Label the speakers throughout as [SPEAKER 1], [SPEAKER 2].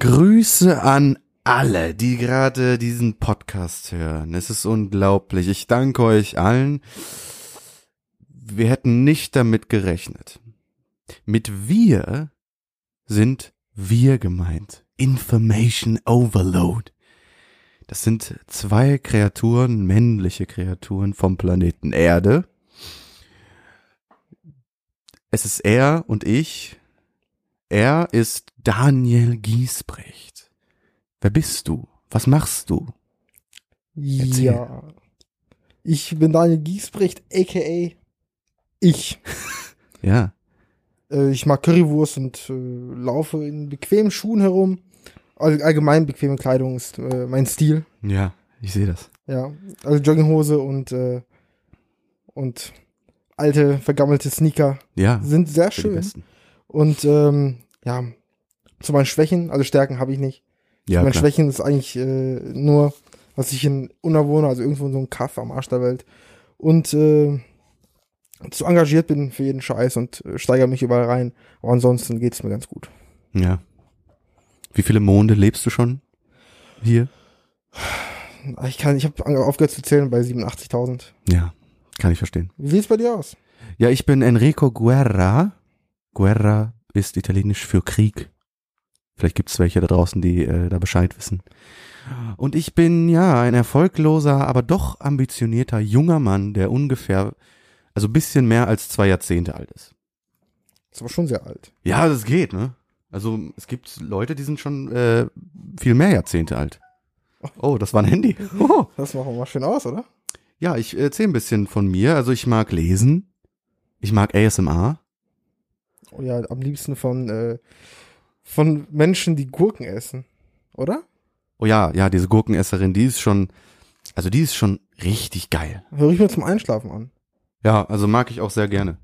[SPEAKER 1] Grüße an alle, die gerade diesen Podcast hören. Es ist unglaublich. Ich danke euch allen. Wir hätten nicht damit gerechnet. Mit wir sind wir gemeint. Information Overload. Das sind zwei Kreaturen, männliche Kreaturen vom Planeten Erde. Es ist er und ich. Er ist Daniel Giesbrecht. Wer bist du? Was machst du? Erzähl.
[SPEAKER 2] Ja. Ich bin Daniel Giesbrecht, a.k.a. ich.
[SPEAKER 1] Ja.
[SPEAKER 2] Äh, ich mag Currywurst und äh, laufe in bequemen Schuhen herum. All, allgemein bequeme Kleidung ist äh, mein Stil.
[SPEAKER 1] Ja, ich sehe das.
[SPEAKER 2] Ja. Also Jogginghose und, äh, und alte, vergammelte Sneaker
[SPEAKER 1] Ja.
[SPEAKER 2] sind sehr
[SPEAKER 1] für die
[SPEAKER 2] schön.
[SPEAKER 1] Besten.
[SPEAKER 2] Und ähm, ja, zu meinen Schwächen, also Stärken habe ich nicht.
[SPEAKER 1] Ja,
[SPEAKER 2] mein
[SPEAKER 1] klar.
[SPEAKER 2] Schwächen ist eigentlich äh, nur, dass ich in Unna wohne, also irgendwo in so einem Kaff am Arsch der Welt. Und äh, zu engagiert bin für jeden Scheiß und äh, steigere mich überall rein. Aber ansonsten geht's mir ganz gut.
[SPEAKER 1] Ja. Wie viele Monde lebst du schon hier?
[SPEAKER 2] Ich kann, ich habe aufgehört zu zählen bei 87.000.
[SPEAKER 1] Ja, kann ich verstehen.
[SPEAKER 2] Wie sieht's bei dir aus?
[SPEAKER 1] Ja, ich bin Enrico Guerra. Guerra ist italienisch für Krieg. Vielleicht gibt's welche da draußen, die äh, da Bescheid wissen. Und ich bin ja ein erfolgloser, aber doch ambitionierter junger Mann, der ungefähr, also ein bisschen mehr als zwei Jahrzehnte alt ist.
[SPEAKER 2] Ist aber schon sehr alt.
[SPEAKER 1] Ja, das geht, ne? Also es gibt Leute, die sind schon äh, viel mehr Jahrzehnte alt. Oh, das war ein Handy. Oh.
[SPEAKER 2] Das machen wir mal schön aus, oder?
[SPEAKER 1] Ja, ich erzähle ein bisschen von mir. Also ich mag lesen. Ich mag ASMR.
[SPEAKER 2] Oh ja, am liebsten von, äh, von Menschen, die Gurken essen. Oder?
[SPEAKER 1] Oh ja, ja, diese Gurkenesserin, die ist schon, also die ist schon richtig geil.
[SPEAKER 2] Höre ich mir zum Einschlafen an.
[SPEAKER 1] Ja, also mag ich auch sehr gerne.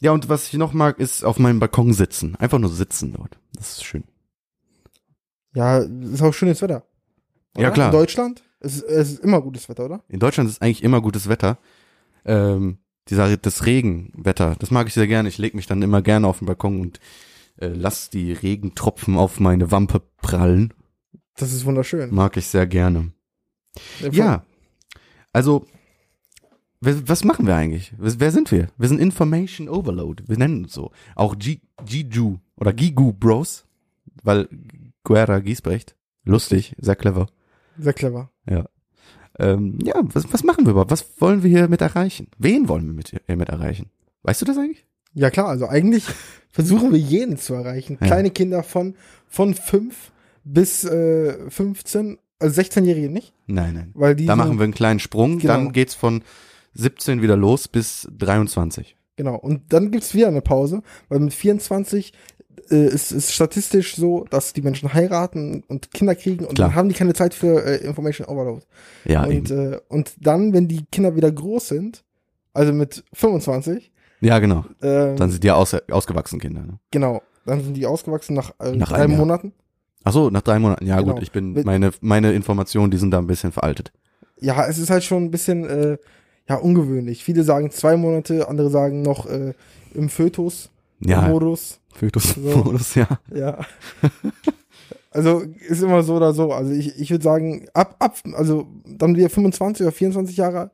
[SPEAKER 1] Ja, und was ich noch mag, ist auf meinem Balkon sitzen. Einfach nur sitzen dort. Das ist schön.
[SPEAKER 2] Ja, ist auch schönes Wetter.
[SPEAKER 1] Ja, klar.
[SPEAKER 2] In Deutschland? Es, ist- es ist immer gutes Wetter, oder?
[SPEAKER 1] In Deutschland ist eigentlich immer gutes Wetter. Ähm, dieser, das Regenwetter, das mag ich sehr gerne. Ich lege mich dann immer gerne auf den Balkon und äh, lass die Regentropfen auf meine Wampe prallen.
[SPEAKER 2] Das ist wunderschön.
[SPEAKER 1] Mag ich sehr gerne. Ja. Also, wer- was machen wir eigentlich? Wer wer sind wir? Wir sind Information Overload. Wir nennen uns so. Auch G- Giju oder Gigu Bros. Weil Guerra Giesbrecht. Lustig, sehr clever.
[SPEAKER 2] Sehr clever.
[SPEAKER 1] Ähm, ja, was, was machen wir überhaupt? Was wollen wir hier mit erreichen? Wen wollen wir mit, hier mit erreichen? Weißt du das eigentlich?
[SPEAKER 2] Ja klar, also eigentlich versuchen wir jeden zu erreichen.
[SPEAKER 1] Ja.
[SPEAKER 2] Kleine Kinder von, von 5 bis äh, 15, also 16-Jährige nicht,
[SPEAKER 1] Nein, nein.
[SPEAKER 2] weil die
[SPEAKER 1] Da
[SPEAKER 2] sind-
[SPEAKER 1] machen wir einen kleinen Sprung.
[SPEAKER 2] Genau.
[SPEAKER 1] Dann geht's von 17 wieder los bis 23.
[SPEAKER 2] Genau, und dann gibt's wieder eine Pause, weil mit 24 äh, ist es statistisch so, dass die Menschen heiraten und Kinder kriegen und
[SPEAKER 1] Klar.
[SPEAKER 2] dann haben die keine Zeit für äh, Information Overload.
[SPEAKER 1] Ja,
[SPEAKER 2] und,
[SPEAKER 1] eben.
[SPEAKER 2] äh, und dann, wenn die Kinder wieder groß sind, also mit 25,
[SPEAKER 1] Ja, genau.
[SPEAKER 2] ähm,
[SPEAKER 1] Dann sind die ja aus, ausgewachsen Kinder. Ne?
[SPEAKER 2] genau, dann sind die ausgewachsen nach, äh,
[SPEAKER 1] Nach
[SPEAKER 2] drei
[SPEAKER 1] einem Jahr.
[SPEAKER 2] Monaten.
[SPEAKER 1] Ach so, nach drei Monaten. Ja
[SPEAKER 2] Genau.
[SPEAKER 1] gut, ich bin
[SPEAKER 2] Mit-
[SPEAKER 1] meine meine Informationen, die sind da ein bisschen veraltet.
[SPEAKER 2] ja, es ist halt schon ein bisschen äh, ja, ungewöhnlich. Viele sagen zwei Monate, andere sagen noch äh, im Fötus-Modus.
[SPEAKER 1] Ja, Fötus,
[SPEAKER 2] So.
[SPEAKER 1] Modus, ja.
[SPEAKER 2] Ja. also ist immer so oder so. Also ich, ich würde sagen, ab, ab, also dann wieder 25 oder 24 Jahre.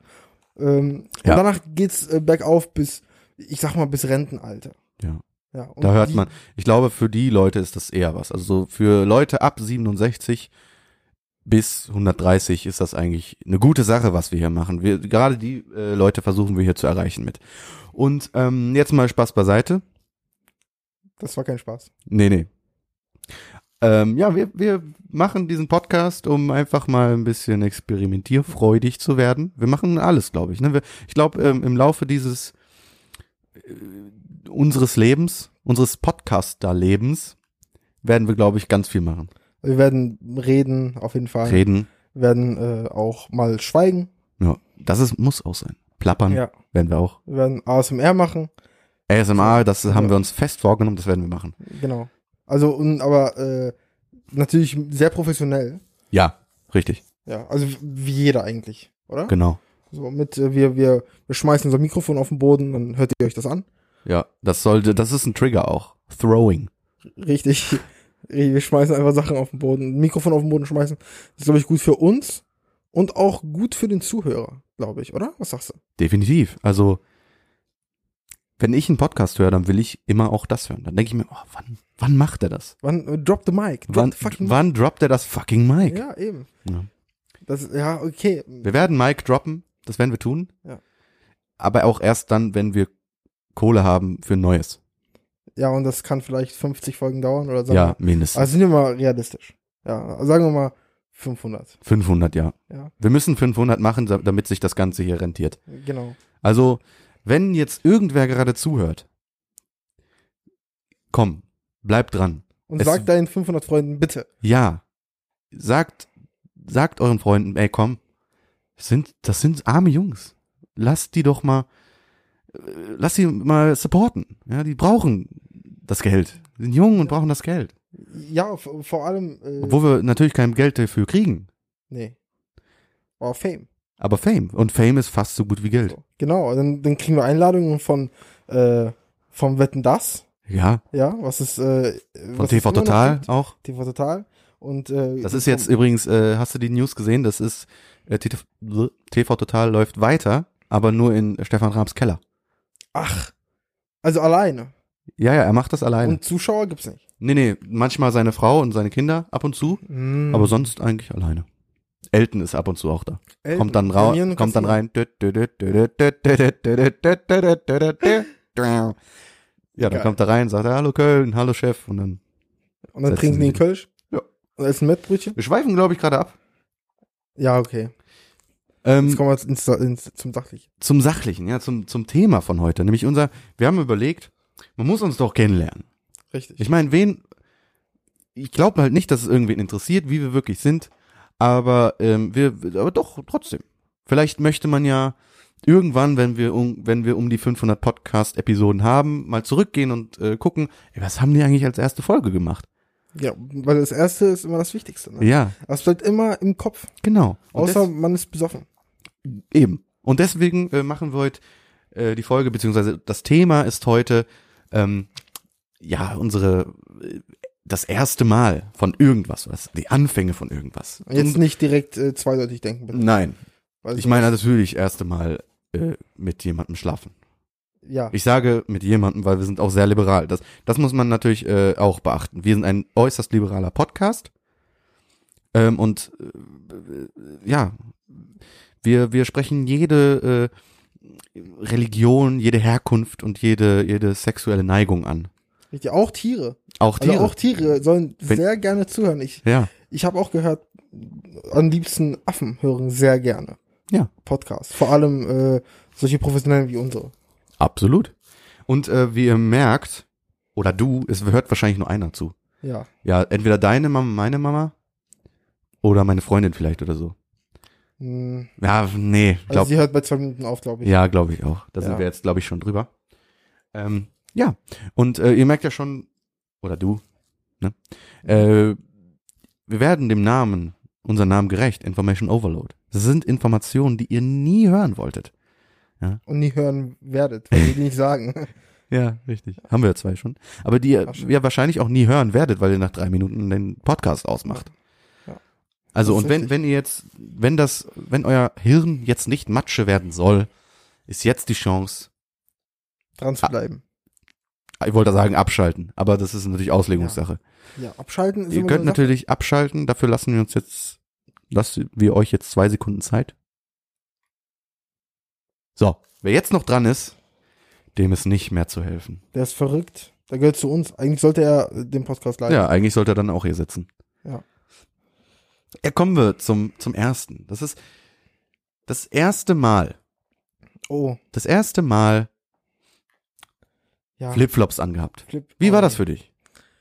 [SPEAKER 2] Ähm,
[SPEAKER 1] Ja.
[SPEAKER 2] Und danach geht's äh, bergauf bis, ich sag mal, bis Rentenalter.
[SPEAKER 1] Ja.
[SPEAKER 2] ja und
[SPEAKER 1] Da hört
[SPEAKER 2] die-
[SPEAKER 1] man. Ich glaube, für die Leute ist das eher was. Also so für Leute ab 67 bis 130 ist das eigentlich eine gute Sache, was wir hier machen. Wir, gerade die äh, Leute versuchen wir hier zu erreichen mit. Und ähm, jetzt mal Spaß beiseite.
[SPEAKER 2] Das war kein Spaß.
[SPEAKER 1] Nee, nee. Ähm, ja, wir, wir machen diesen Podcast, um einfach mal ein bisschen experimentierfreudig zu werden. Wir machen alles, glaube ich. Ne? Wir, ich glaube, ähm, im Laufe dieses äh, unseres Lebens, unseres Podcaster-Lebens, werden wir, glaube ich, ganz viel machen.
[SPEAKER 2] Wir werden reden, auf jeden Fall.
[SPEAKER 1] Reden.
[SPEAKER 2] Wir werden äh, auch mal schweigen.
[SPEAKER 1] Ja, das ist, muss auch sein. Plappern
[SPEAKER 2] Ja.
[SPEAKER 1] werden wir auch.
[SPEAKER 2] Wir werden ASMR machen.
[SPEAKER 1] ASMR, das haben
[SPEAKER 2] Ja.
[SPEAKER 1] wir uns fest vorgenommen, das werden wir machen.
[SPEAKER 2] Genau. Also, und, aber äh, natürlich sehr professionell.
[SPEAKER 1] Ja, richtig.
[SPEAKER 2] Ja, also wie jeder eigentlich, oder? Genau.
[SPEAKER 1] Genau.
[SPEAKER 2] So mit, äh, wir, wir, wir schmeißen unser Mikrofon auf den Boden, dann hört ihr euch das an.
[SPEAKER 1] Ja, das sollte, das ist ein Trigger auch. Throwing.
[SPEAKER 2] Richtig. Wir schmeißen einfach Sachen auf den Boden. Ein Mikrofon auf den Boden schmeißen. Das ist, glaube ich, gut für uns und auch gut für den Zuhörer, glaube ich, oder? Was sagst du?
[SPEAKER 1] Definitiv. Also, wenn ich einen Podcast höre, dann will ich immer auch das hören. Dann denke ich mir, oh, wann, wann macht er das?
[SPEAKER 2] Wann äh, drop the mic? Drop
[SPEAKER 1] Wann,
[SPEAKER 2] the fucking
[SPEAKER 1] wann droppt er das fucking Mic?
[SPEAKER 2] Ja, eben.
[SPEAKER 1] Ja.
[SPEAKER 2] Das ja, okay.
[SPEAKER 1] Wir werden Mic droppen, das werden wir tun.
[SPEAKER 2] Ja.
[SPEAKER 1] Aber auch erst dann, wenn wir Kohle haben für Neues.
[SPEAKER 2] Ja, und das kann vielleicht 50 Folgen dauern oder sagen
[SPEAKER 1] Ja,
[SPEAKER 2] wir-
[SPEAKER 1] mindestens.
[SPEAKER 2] Also sind wir mal realistisch. Ja, sagen wir mal 500.
[SPEAKER 1] 500, ja.
[SPEAKER 2] Ja,
[SPEAKER 1] Wir müssen 500 machen, da- damit sich das Ganze hier rentiert.
[SPEAKER 2] genau.
[SPEAKER 1] Also, wenn jetzt irgendwer gerade zuhört, komm, bleib dran.
[SPEAKER 2] Und
[SPEAKER 1] Es-
[SPEAKER 2] sag deinen 500 Freunden bitte.
[SPEAKER 1] Ja, sagt, sagt euren Freunden, ey, komm, das sind, das sind arme Jungs. Lasst die doch mal, äh, lasst die mal supporten. Ja, die brauchen das Geld. Die sind jung und brauchen das Geld.
[SPEAKER 2] Ja, v- vor allem äh,
[SPEAKER 1] Obwohl wir natürlich kein Geld dafür kriegen.
[SPEAKER 2] nee. Oh, Fame.
[SPEAKER 1] Aber Fame. Und Fame ist fast so gut wie Geld.
[SPEAKER 2] So. Genau, dann, dann kriegen wir Einladungen von äh, vom Wetten das,
[SPEAKER 1] Ja,
[SPEAKER 2] ja, was ist äh,
[SPEAKER 1] von
[SPEAKER 2] was
[SPEAKER 1] TV
[SPEAKER 2] es immer noch
[SPEAKER 1] Total
[SPEAKER 2] gibt.
[SPEAKER 1] auch.
[SPEAKER 2] TV Total und äh,
[SPEAKER 1] Das ist jetzt übrigens, äh, hast du die News gesehen? Das ist, äh, TTF bluh, TV Total läuft weiter, aber nur in Stefan Rahms Keller.
[SPEAKER 2] ach also alleine
[SPEAKER 1] Ja, ja, er macht das alleine.
[SPEAKER 2] und Zuschauer gibt's nicht.
[SPEAKER 1] Nee, nee, manchmal seine Frau und seine Kinder ab und zu,
[SPEAKER 2] Mhm. Mm.
[SPEAKER 1] aber sonst eigentlich alleine. Elton ist ab und zu auch da.
[SPEAKER 2] Elton,
[SPEAKER 1] Kommt dann raus,
[SPEAKER 2] Damian und
[SPEAKER 1] kommt dann
[SPEAKER 2] Casimir.
[SPEAKER 1] rein. Ja, dann
[SPEAKER 2] Geil.
[SPEAKER 1] kommt er rein, sagt er, hallo Köln, hallo Chef und dann.
[SPEAKER 2] Und dann
[SPEAKER 1] Setzen
[SPEAKER 2] trinken die
[SPEAKER 1] sie
[SPEAKER 2] einen Kölsch.
[SPEAKER 1] Ja.
[SPEAKER 2] Und essen Mettbrötchen.
[SPEAKER 1] Wir schweifen, glaube ich, gerade ab.
[SPEAKER 2] Ja, okay. Jetzt
[SPEAKER 1] Ähm,
[SPEAKER 2] kommen wir jetzt ins, ins, zum Sachlichen.
[SPEAKER 1] zum Sachlichen, ja, zum, zum Thema von heute. Nämlich unser, wir haben überlegt, man muss uns doch kennenlernen.
[SPEAKER 2] Richtig.
[SPEAKER 1] Ich meine, wen. Ich glaube halt nicht, dass es irgendwen interessiert, wie wir wirklich sind. Aber ähm, wir, aber doch trotzdem. Vielleicht möchte man ja irgendwann, wenn wir um, wenn wir um die 500 Podcast-Episoden haben, mal zurückgehen und äh, gucken, ey, was haben die eigentlich als erste Folge gemacht?
[SPEAKER 2] Ja, weil das erste ist immer das Wichtigste. Ne?
[SPEAKER 1] Ja,
[SPEAKER 2] Das bleibt immer im Kopf.
[SPEAKER 1] genau. Und
[SPEAKER 2] Außer man ist besoffen.
[SPEAKER 1] des, eben. Und deswegen äh, machen wir heute äh, die Folge beziehungsweise das Thema ist heute ähm, ja unsere äh, das erste Mal von irgendwas, oder das- die Anfänge von irgendwas.
[SPEAKER 2] Und jetzt nicht Also direkt äh, zweideutig denken. Bitte.
[SPEAKER 1] Nein,
[SPEAKER 2] Weil
[SPEAKER 1] ich
[SPEAKER 2] so-
[SPEAKER 1] meine natürlich erste Mal äh, mit jemandem schlafen.
[SPEAKER 2] ja,
[SPEAKER 1] also Ich sage mit jemandem, weil wir sind auch sehr liberal. Das, das muss man natürlich äh, auch beachten. Wir sind ein äußerst liberaler Podcast. Ähm, und äh, ja, wir, wir sprechen jede äh, Religion, jede Herkunft und jede, jede sexuelle Neigung an.
[SPEAKER 2] richtig. Auch Tiere.
[SPEAKER 1] Auch
[SPEAKER 2] Also
[SPEAKER 1] Tiere.
[SPEAKER 2] auch Tiere sollen
[SPEAKER 1] Wenn-
[SPEAKER 2] sehr gerne zuhören. Ich,
[SPEAKER 1] ja,
[SPEAKER 2] ich habe auch gehört, am liebsten Affen hören sehr gerne
[SPEAKER 1] ja,
[SPEAKER 2] Podcasts. Vor allem äh, solche Professionellen wie unsere.
[SPEAKER 1] absolut. Und äh, wie ihr merkt, oder du, es hört wahrscheinlich nur einer zu.
[SPEAKER 2] Ja.
[SPEAKER 1] Ja, entweder deine Mama, meine Mama oder meine Freundin vielleicht oder so.
[SPEAKER 2] Hm.
[SPEAKER 1] Ja, nee,
[SPEAKER 2] Also
[SPEAKER 1] glaub,
[SPEAKER 2] sie hört bei zwei Minuten auf, glaube ich.
[SPEAKER 1] ja, glaube ich auch. Da
[SPEAKER 2] Ja.
[SPEAKER 1] sind wir jetzt, glaube ich, schon drüber. Ähm, ja, und äh, ihr merkt ja schon, oder du, ne?
[SPEAKER 2] Mhm.
[SPEAKER 1] Äh, wir werden dem Namen, unserem Namen gerecht, Information Overload. Das sind Informationen, die ihr nie hören wolltet.
[SPEAKER 2] Und nie hören werdet, weil sie die nicht sagen.
[SPEAKER 1] Ja, richtig. Haben wir ja zwei schon. Aber die ihr
[SPEAKER 2] Ach, schön.
[SPEAKER 1] ja wahrscheinlich auch nie hören werdet, weil ihr nach drei Minuten den Podcast ausmacht.
[SPEAKER 2] Ja. Ja.
[SPEAKER 1] Also
[SPEAKER 2] Das ist
[SPEAKER 1] und wenn,
[SPEAKER 2] richtig.
[SPEAKER 1] wenn ihr jetzt, wenn das, wenn euer Hirn jetzt nicht Matsche werden soll, ist jetzt die Chance,
[SPEAKER 2] Dran
[SPEAKER 1] Ah.
[SPEAKER 2] zu bleiben.
[SPEAKER 1] ich wollte sagen abschalten, aber das ist natürlich Auslegungssache.
[SPEAKER 2] Ja, abschalten ist
[SPEAKER 1] Ihr
[SPEAKER 2] immer
[SPEAKER 1] könnt
[SPEAKER 2] so eine Sache.
[SPEAKER 1] natürlich abschalten, dafür lassen wir uns jetzt, lassen wir euch jetzt zwei Sekunden Zeit. So, wer jetzt noch dran ist, dem ist nicht mehr zu helfen.
[SPEAKER 2] Der ist verrückt. Der gehört zu uns. Eigentlich sollte er äh, den Podcast leiten.
[SPEAKER 1] Ja, eigentlich sollte er dann auch hier sitzen.
[SPEAKER 2] Ja.
[SPEAKER 1] Ja, kommen wir zum, zum ersten. Das ist das erste Mal,
[SPEAKER 2] Oh,
[SPEAKER 1] das erste Mal
[SPEAKER 2] ja.
[SPEAKER 1] Flipflops angehabt.
[SPEAKER 2] Flip.
[SPEAKER 1] Wie
[SPEAKER 2] Oh.
[SPEAKER 1] war das für dich?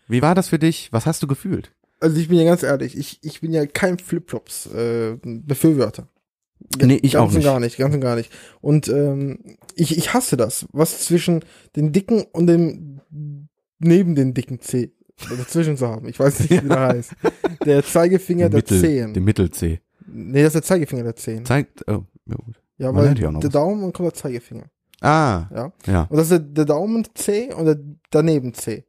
[SPEAKER 1] Wie war das für dich? Was hast du gefühlt?
[SPEAKER 2] Also ich bin ja ganz ehrlich, ich, ich bin ja kein Flipflops äh, Befürworter.
[SPEAKER 1] Nee, ich
[SPEAKER 2] ganz
[SPEAKER 1] auch
[SPEAKER 2] und
[SPEAKER 1] nicht.
[SPEAKER 2] gar nicht, ganz und gar nicht. Und ähm, ich, ich hasse das, was zwischen den dicken und dem neben den dicken C dazwischen zu haben. Ich weiß nicht, wie der heißt. Der Zeigefinger
[SPEAKER 1] Dem
[SPEAKER 2] der
[SPEAKER 1] Mittel-
[SPEAKER 2] Zehen.
[SPEAKER 1] Dem Mittel-C.
[SPEAKER 2] Nee, das ist der Zeigefinger der Zehen.
[SPEAKER 1] Zeigt, oh, ja gut.
[SPEAKER 2] ja,
[SPEAKER 1] man
[SPEAKER 2] weil
[SPEAKER 1] lernt ja auch noch
[SPEAKER 2] der
[SPEAKER 1] was.
[SPEAKER 2] Daumen und kommt der Zeigefinger.
[SPEAKER 1] Ah,
[SPEAKER 2] Ja.
[SPEAKER 1] ja.
[SPEAKER 2] Und das ist der, der Daumen C und der daneben C.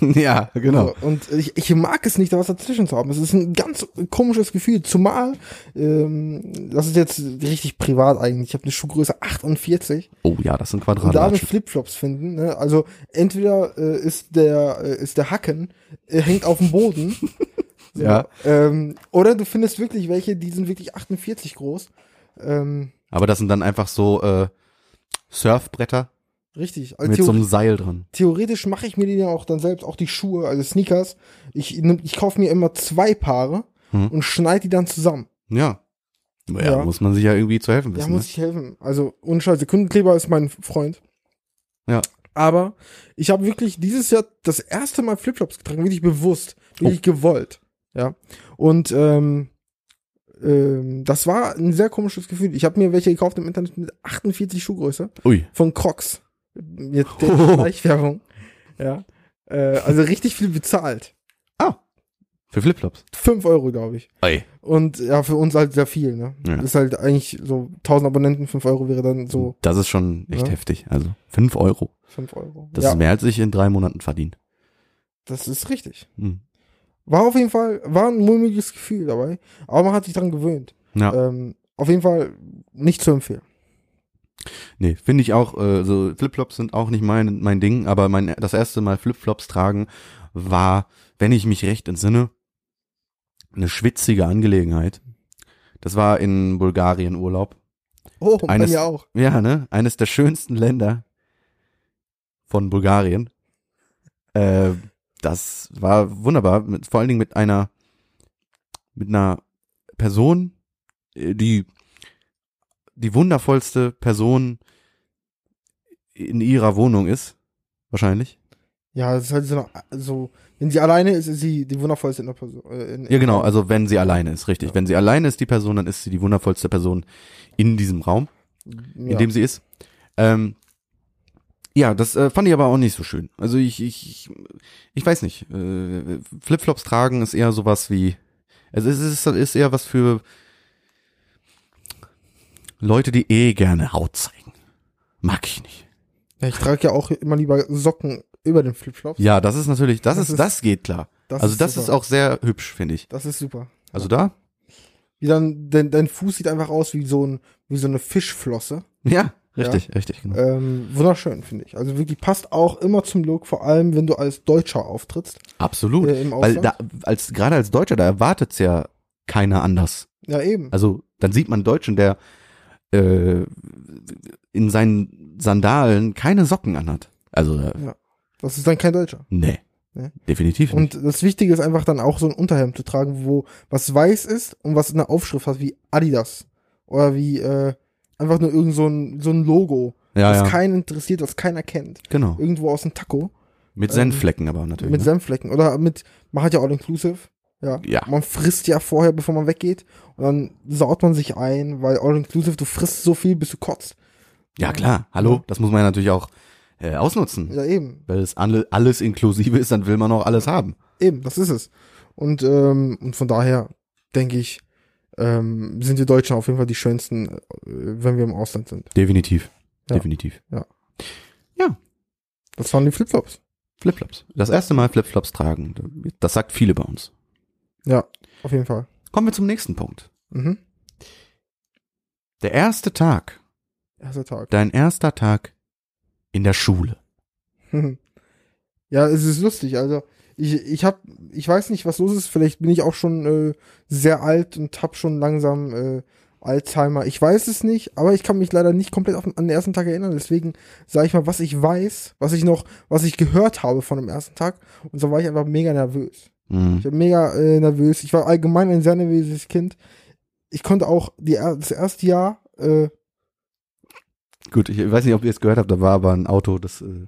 [SPEAKER 1] ja, genau.
[SPEAKER 2] So, Und ich, ich mag es nicht, da was dazwischen zu haben. Es ist ein ganz komisches Gefühl. Zumal, ähm, das ist jetzt richtig privat eigentlich. Ich habe eine Schuhgröße 48
[SPEAKER 1] Oh ja, das sind
[SPEAKER 2] und da mit
[SPEAKER 1] Quadratlatschen.
[SPEAKER 2] Flipflops finden. Ne? Also entweder äh, ist der äh, ist der Hacken äh, hängt auf dem Boden. So,
[SPEAKER 1] Ja.
[SPEAKER 2] Ähm, oder du findest wirklich welche, die sind wirklich 48 groß. Ähm,
[SPEAKER 1] Aber das sind dann einfach so äh, Surfbretter
[SPEAKER 2] richtig. Also
[SPEAKER 1] mit so
[SPEAKER 2] Theo-
[SPEAKER 1] einem Seil dran.
[SPEAKER 2] theoretisch mache ich mir die ja auch dann selbst, auch die Schuhe, also Sneakers. Ich, nehm- ich kaufe mir immer zwei Paare
[SPEAKER 1] Hm.
[SPEAKER 2] und schneide die dann zusammen.
[SPEAKER 1] Ja. Naja,
[SPEAKER 2] Ja.
[SPEAKER 1] muss man sich ja irgendwie zu helfen
[SPEAKER 2] Ja,
[SPEAKER 1] wissen. ne?
[SPEAKER 2] muss ich helfen. Also, ohne Scheiße. Kundenkleber ist mein Freund.
[SPEAKER 1] Ja.
[SPEAKER 2] Aber ich habe wirklich dieses Jahr das erste Mal Flipflops getragen, wirklich bewusst, wirklich
[SPEAKER 1] Oh.
[SPEAKER 2] gewollt. Ja. Und ähm, ähm, das war ein sehr komisches Gefühl. Ich habe mir welche gekauft im Internet mit 48 Schuhgröße
[SPEAKER 1] ne? Ui.
[SPEAKER 2] von Crocs. Jetzt der Schleichwerbung. Ja. Äh, also richtig viel bezahlt.
[SPEAKER 1] Für Flipflops.
[SPEAKER 2] fünf Euro, glaube ich.
[SPEAKER 1] Ey.
[SPEAKER 2] Und ja, für uns halt sehr viel, ne?
[SPEAKER 1] Ja.
[SPEAKER 2] Ist halt eigentlich so 1000 Abonnenten, fünf Euro wäre dann so
[SPEAKER 1] Das ist schon echt
[SPEAKER 2] Ja.
[SPEAKER 1] heftig. Also fünf Euro.
[SPEAKER 2] 5 Euro.
[SPEAKER 1] Das
[SPEAKER 2] ja,
[SPEAKER 1] ist mehr, als ich in drei Monaten verdiene.
[SPEAKER 2] das ist richtig.
[SPEAKER 1] Hm.
[SPEAKER 2] War auf jeden Fall, war ein mulmiges Gefühl dabei, aber man hat sich dran gewöhnt.
[SPEAKER 1] Ja.
[SPEAKER 2] Ähm, auf jeden Fall nicht zu empfehlen.
[SPEAKER 1] Nee, finde ich auch, äh, so Flipflops sind auch nicht mein, mein Ding, aber mein, das erste Mal Flipflops tragen war, wenn ich mich recht entsinne, eine schwitzige Angelegenheit. Das war in Bulgarien Urlaub.
[SPEAKER 2] Oh, bei
[SPEAKER 1] Eines-
[SPEAKER 2] mir auch.
[SPEAKER 1] Ja, ne? Eines der schönsten Länder von Bulgarien. Äh, das war wunderbar, mit, vor allen Dingen mit einer, mit einer Person, äh, die die wundervollste Person in ihrer Wohnung ist, wahrscheinlich.
[SPEAKER 2] Ja, das ist halt so, eine, so wenn sie alleine ist, ist sie die wundervollste in der Person. Äh, in,
[SPEAKER 1] Ja, genau, also wenn sie alleine ist, richtig. Wenn sie alleine ist, die Person, dann ist sie die wundervollste Person in diesem Raum.
[SPEAKER 2] ja.
[SPEAKER 1] Also, in dem sie ist. Ähm, ja, das äh, fand ich aber auch nicht so schön. Also ich, ich, ich, ich weiß nicht. Äh, Flipflops tragen ist eher sowas wie, also es ist, ist eher was für Leute, die eh gerne Haut zeigen. Mag ich nicht.
[SPEAKER 2] ja, ich trage ja auch immer lieber Socken über den Flipflops.
[SPEAKER 1] Ja, das ist natürlich, das,
[SPEAKER 2] Das
[SPEAKER 1] ist,
[SPEAKER 2] ist-
[SPEAKER 1] das geht klar.
[SPEAKER 2] Das
[SPEAKER 1] also das ist
[SPEAKER 2] super.
[SPEAKER 1] auch sehr hübsch, finde ich.
[SPEAKER 2] Das ist super.
[SPEAKER 1] Also da,
[SPEAKER 2] Wie dann, dein, dein Fuß sieht einfach aus wie so, ein, wie so eine Fischflosse.
[SPEAKER 1] ja, richtig, richtig, genau.
[SPEAKER 2] Ähm, wunderschön, finde ich. Also wirklich passt auch immer zum Look, vor allem wenn du als Deutscher auftrittst.
[SPEAKER 1] Absolut.
[SPEAKER 2] äh, im
[SPEAKER 1] Weil
[SPEAKER 2] Ausland?
[SPEAKER 1] da, als, gerade als Deutscher, da erwartet's ja keiner anders.
[SPEAKER 2] Ja, eben.
[SPEAKER 1] Also dann sieht man einen Deutschen, der äh, in seinen Sandalen keine Socken anhat. Also äh,
[SPEAKER 2] Das ist dann kein Deutscher.
[SPEAKER 1] nee,
[SPEAKER 2] Nee.
[SPEAKER 1] definitiv nicht.
[SPEAKER 2] Und das Wichtige ist einfach dann auch so ein Unterhemd zu tragen, wo was weiß ist und was eine Aufschrift hat, wie Adidas. Oder wie äh, einfach nur irgend so ein, so ein Logo,
[SPEAKER 1] ja,
[SPEAKER 2] was
[SPEAKER 1] ja,
[SPEAKER 2] keinen interessiert, was keiner kennt.
[SPEAKER 1] genau.
[SPEAKER 2] Irgendwo aus dem Taco
[SPEAKER 1] Mit
[SPEAKER 2] ähm,
[SPEAKER 1] Senfflecken aber natürlich.
[SPEAKER 2] mit
[SPEAKER 1] ne?
[SPEAKER 2] Senfflecken. Oder mit, man hat ja All Inclusive. Ja.
[SPEAKER 1] Ja.
[SPEAKER 2] Man frisst ja vorher, bevor man weggeht. Und dann saut man sich ein, weil All Inclusive, du frisst so viel, bis du kotzt.
[SPEAKER 1] ja klar, hallo, das muss man ja natürlich auch äh, ausnutzen.
[SPEAKER 2] Ja, eben.
[SPEAKER 1] Weil es alle, alles inklusive ist, dann will man auch alles haben.
[SPEAKER 2] Eben, das ist es. Und, ähm, und von daher denke ich, ähm, sind wir Deutschen auf jeden Fall die schönsten, äh, wenn wir im Ausland sind.
[SPEAKER 1] Definitiv,
[SPEAKER 2] Ja.
[SPEAKER 1] definitiv.
[SPEAKER 2] Das waren die Flipflops.
[SPEAKER 1] Flipflops. Das erste Mal Flipflops tragen, das sagt viele bei uns.
[SPEAKER 2] Ja, auf jeden Fall.
[SPEAKER 1] Kommen wir zum nächsten Punkt.
[SPEAKER 2] Mhm.
[SPEAKER 1] Der erste Tag,
[SPEAKER 2] Erster Tag.
[SPEAKER 1] dein erster Tag in der Schule.
[SPEAKER 2] ja, es ist lustig. Also ich, ich hab, ich weiß nicht, was los ist. Vielleicht bin ich auch schon äh, sehr alt und hab schon langsam äh, Alzheimer. Ich weiß es nicht, aber ich kann mich leider nicht komplett auf, an den ersten Tag erinnern. Deswegen sage ich mal, was ich weiß, was ich noch, was ich gehört habe von dem ersten Tag. Und so war ich einfach mega nervös.
[SPEAKER 1] Mhm.
[SPEAKER 2] Ich war mega äh, nervös. Ich war allgemein ein sehr nervöses Kind. Ich konnte auch die, er- das erste Jahr, äh,
[SPEAKER 1] Gut, ich weiß nicht, ob ihr es gehört habt, da war aber ein Auto, das äh,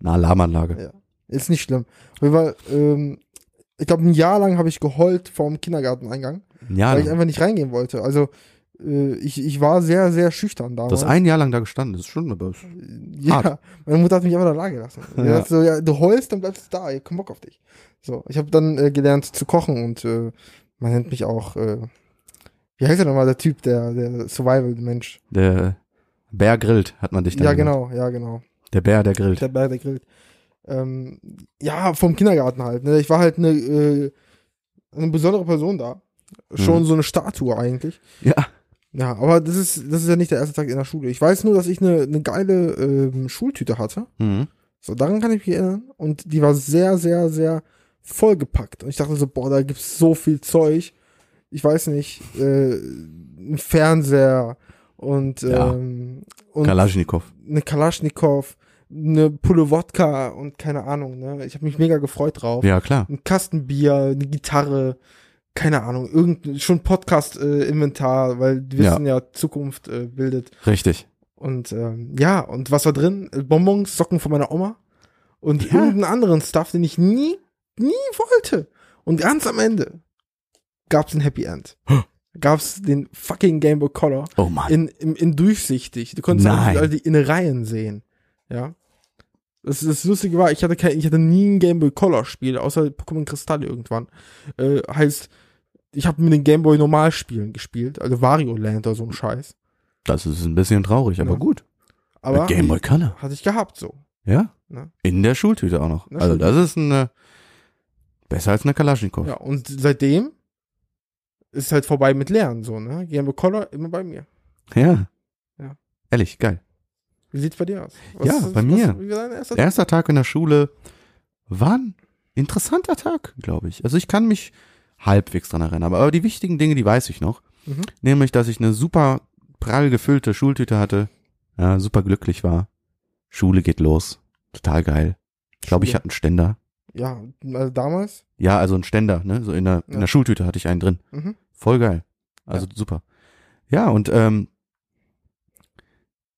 [SPEAKER 1] eine Alarmanlage.
[SPEAKER 2] ist nicht schlimm. Weil, ähm, ich glaube, ein Jahr lang habe ich geheult vorm Kindergarteneingang,
[SPEAKER 1] Ein Jahr
[SPEAKER 2] weil ich
[SPEAKER 1] lang.
[SPEAKER 2] einfach nicht reingehen wollte. Also äh, ich, ich war sehr, sehr schüchtern
[SPEAKER 1] Das
[SPEAKER 2] damals.
[SPEAKER 1] ist ein Jahr lang da gestanden, das ist schon aber ist-
[SPEAKER 2] ja,
[SPEAKER 1] hart.
[SPEAKER 2] meine Mutter hat mich einfach da lag gelassen.
[SPEAKER 1] Ja.
[SPEAKER 2] Ja. So, ja, du heulst, dann bleibst du da, ich hab keinen Bock auf dich. So, ich habe dann äh, gelernt zu kochen und äh, man nennt mich auch, äh, wie heißt er nochmal, der Typ, der, der Survival-Mensch.
[SPEAKER 1] der Bär grillt, hat man dich da
[SPEAKER 2] Ja,
[SPEAKER 1] genannt.
[SPEAKER 2] genau, ja, genau.
[SPEAKER 1] Der Bär, der grillt.
[SPEAKER 2] Der Bär, der grillt. Ähm, ja, vom Kindergarten halt. Ne? Ich war halt eine, äh, eine besondere Person da. Schon so eine Statue eigentlich.
[SPEAKER 1] Ja.
[SPEAKER 2] Ja, aber das ist, das ist ja nicht der erste Tag in der Schule. Ich weiß nur, dass ich eine, eine geile ähm, Schultüte hatte.
[SPEAKER 1] Mhm.
[SPEAKER 2] So, daran kann ich mich erinnern. Und die war sehr, sehr, sehr vollgepackt. Und ich dachte so, boah, da gibt's so viel Zeug. Ich weiß nicht, äh, ein Fernseher und,
[SPEAKER 1] Ja.
[SPEAKER 2] ähm, und
[SPEAKER 1] Kalaschnikow.
[SPEAKER 2] eine ne Kalaschnikow, eine Pulle Wodka und keine Ahnung, ne? Ich habe mich mega gefreut drauf.
[SPEAKER 1] Ja, klar.
[SPEAKER 2] Ein Kastenbier, eine Gitarre, keine Ahnung, irgendein schon Podcast-Inventar, weil wir
[SPEAKER 1] Ja.
[SPEAKER 2] wissen ja, Zukunft äh, bildet.
[SPEAKER 1] Richtig.
[SPEAKER 2] Und ähm, ja, und was war drin? Bonbons, Socken von meiner Oma und
[SPEAKER 1] Ja.
[SPEAKER 2] irgendeinen anderen Stuff, den ich nie, nie wollte. Und ganz am Ende gab's ein Happy End. Gab's den fucking Game Boy Color
[SPEAKER 1] Oh Mann.
[SPEAKER 2] in, in, in durchsichtig. Du konntest
[SPEAKER 1] Nein.
[SPEAKER 2] all die Innereien sehen. Ja. Das, das Lustige war, ich hatte kein, ich hatte nie ein Game Boy Color Spiel, außer Pokémon Kristall irgendwann. Äh, heißt, ich habe mit den Game Boy Normal Spielen gespielt, also Wario Land oder so ein Scheiß.
[SPEAKER 1] das ist ein bisschen traurig, aber
[SPEAKER 2] Ja.
[SPEAKER 1] gut.
[SPEAKER 2] Aber
[SPEAKER 1] Game Boy Color.
[SPEAKER 2] hatte ich gehabt so.
[SPEAKER 1] Ja.
[SPEAKER 2] Ne?
[SPEAKER 1] In der Schultüte auch noch.
[SPEAKER 2] In der
[SPEAKER 1] Also das ist eine besser als eine Kalaschnikow.
[SPEAKER 2] Ja, und seitdem ist halt vorbei mit Lernen so, ne? Game Boy Color immer bei mir.
[SPEAKER 1] Ja.
[SPEAKER 2] Ja.
[SPEAKER 1] Ehrlich, geil.
[SPEAKER 2] Wie sieht's bei dir aus?
[SPEAKER 1] Ja, bei mir.
[SPEAKER 2] wie war dein erster
[SPEAKER 1] Erster Tag in der Schule war ein interessanter Tag, glaube ich. Also ich kann mich halbwegs dran erinnern, aber, aber die wichtigen Dinge, die weiß ich noch.
[SPEAKER 2] Mhm.
[SPEAKER 1] Nämlich, dass ich eine super prall gefüllte Schultüte hatte, ja, super glücklich war. Schule geht los. Total geil. Ich glaube, ich
[SPEAKER 2] Schule?
[SPEAKER 1] hatte einen Ständer.
[SPEAKER 2] Ja, also damals.
[SPEAKER 1] Ja, also einen Ständer, ne? So in der,
[SPEAKER 2] Ja.
[SPEAKER 1] in der Schultüte hatte ich einen drin.
[SPEAKER 2] Mhm.
[SPEAKER 1] Voll geil. Also super. Ja, und ähm,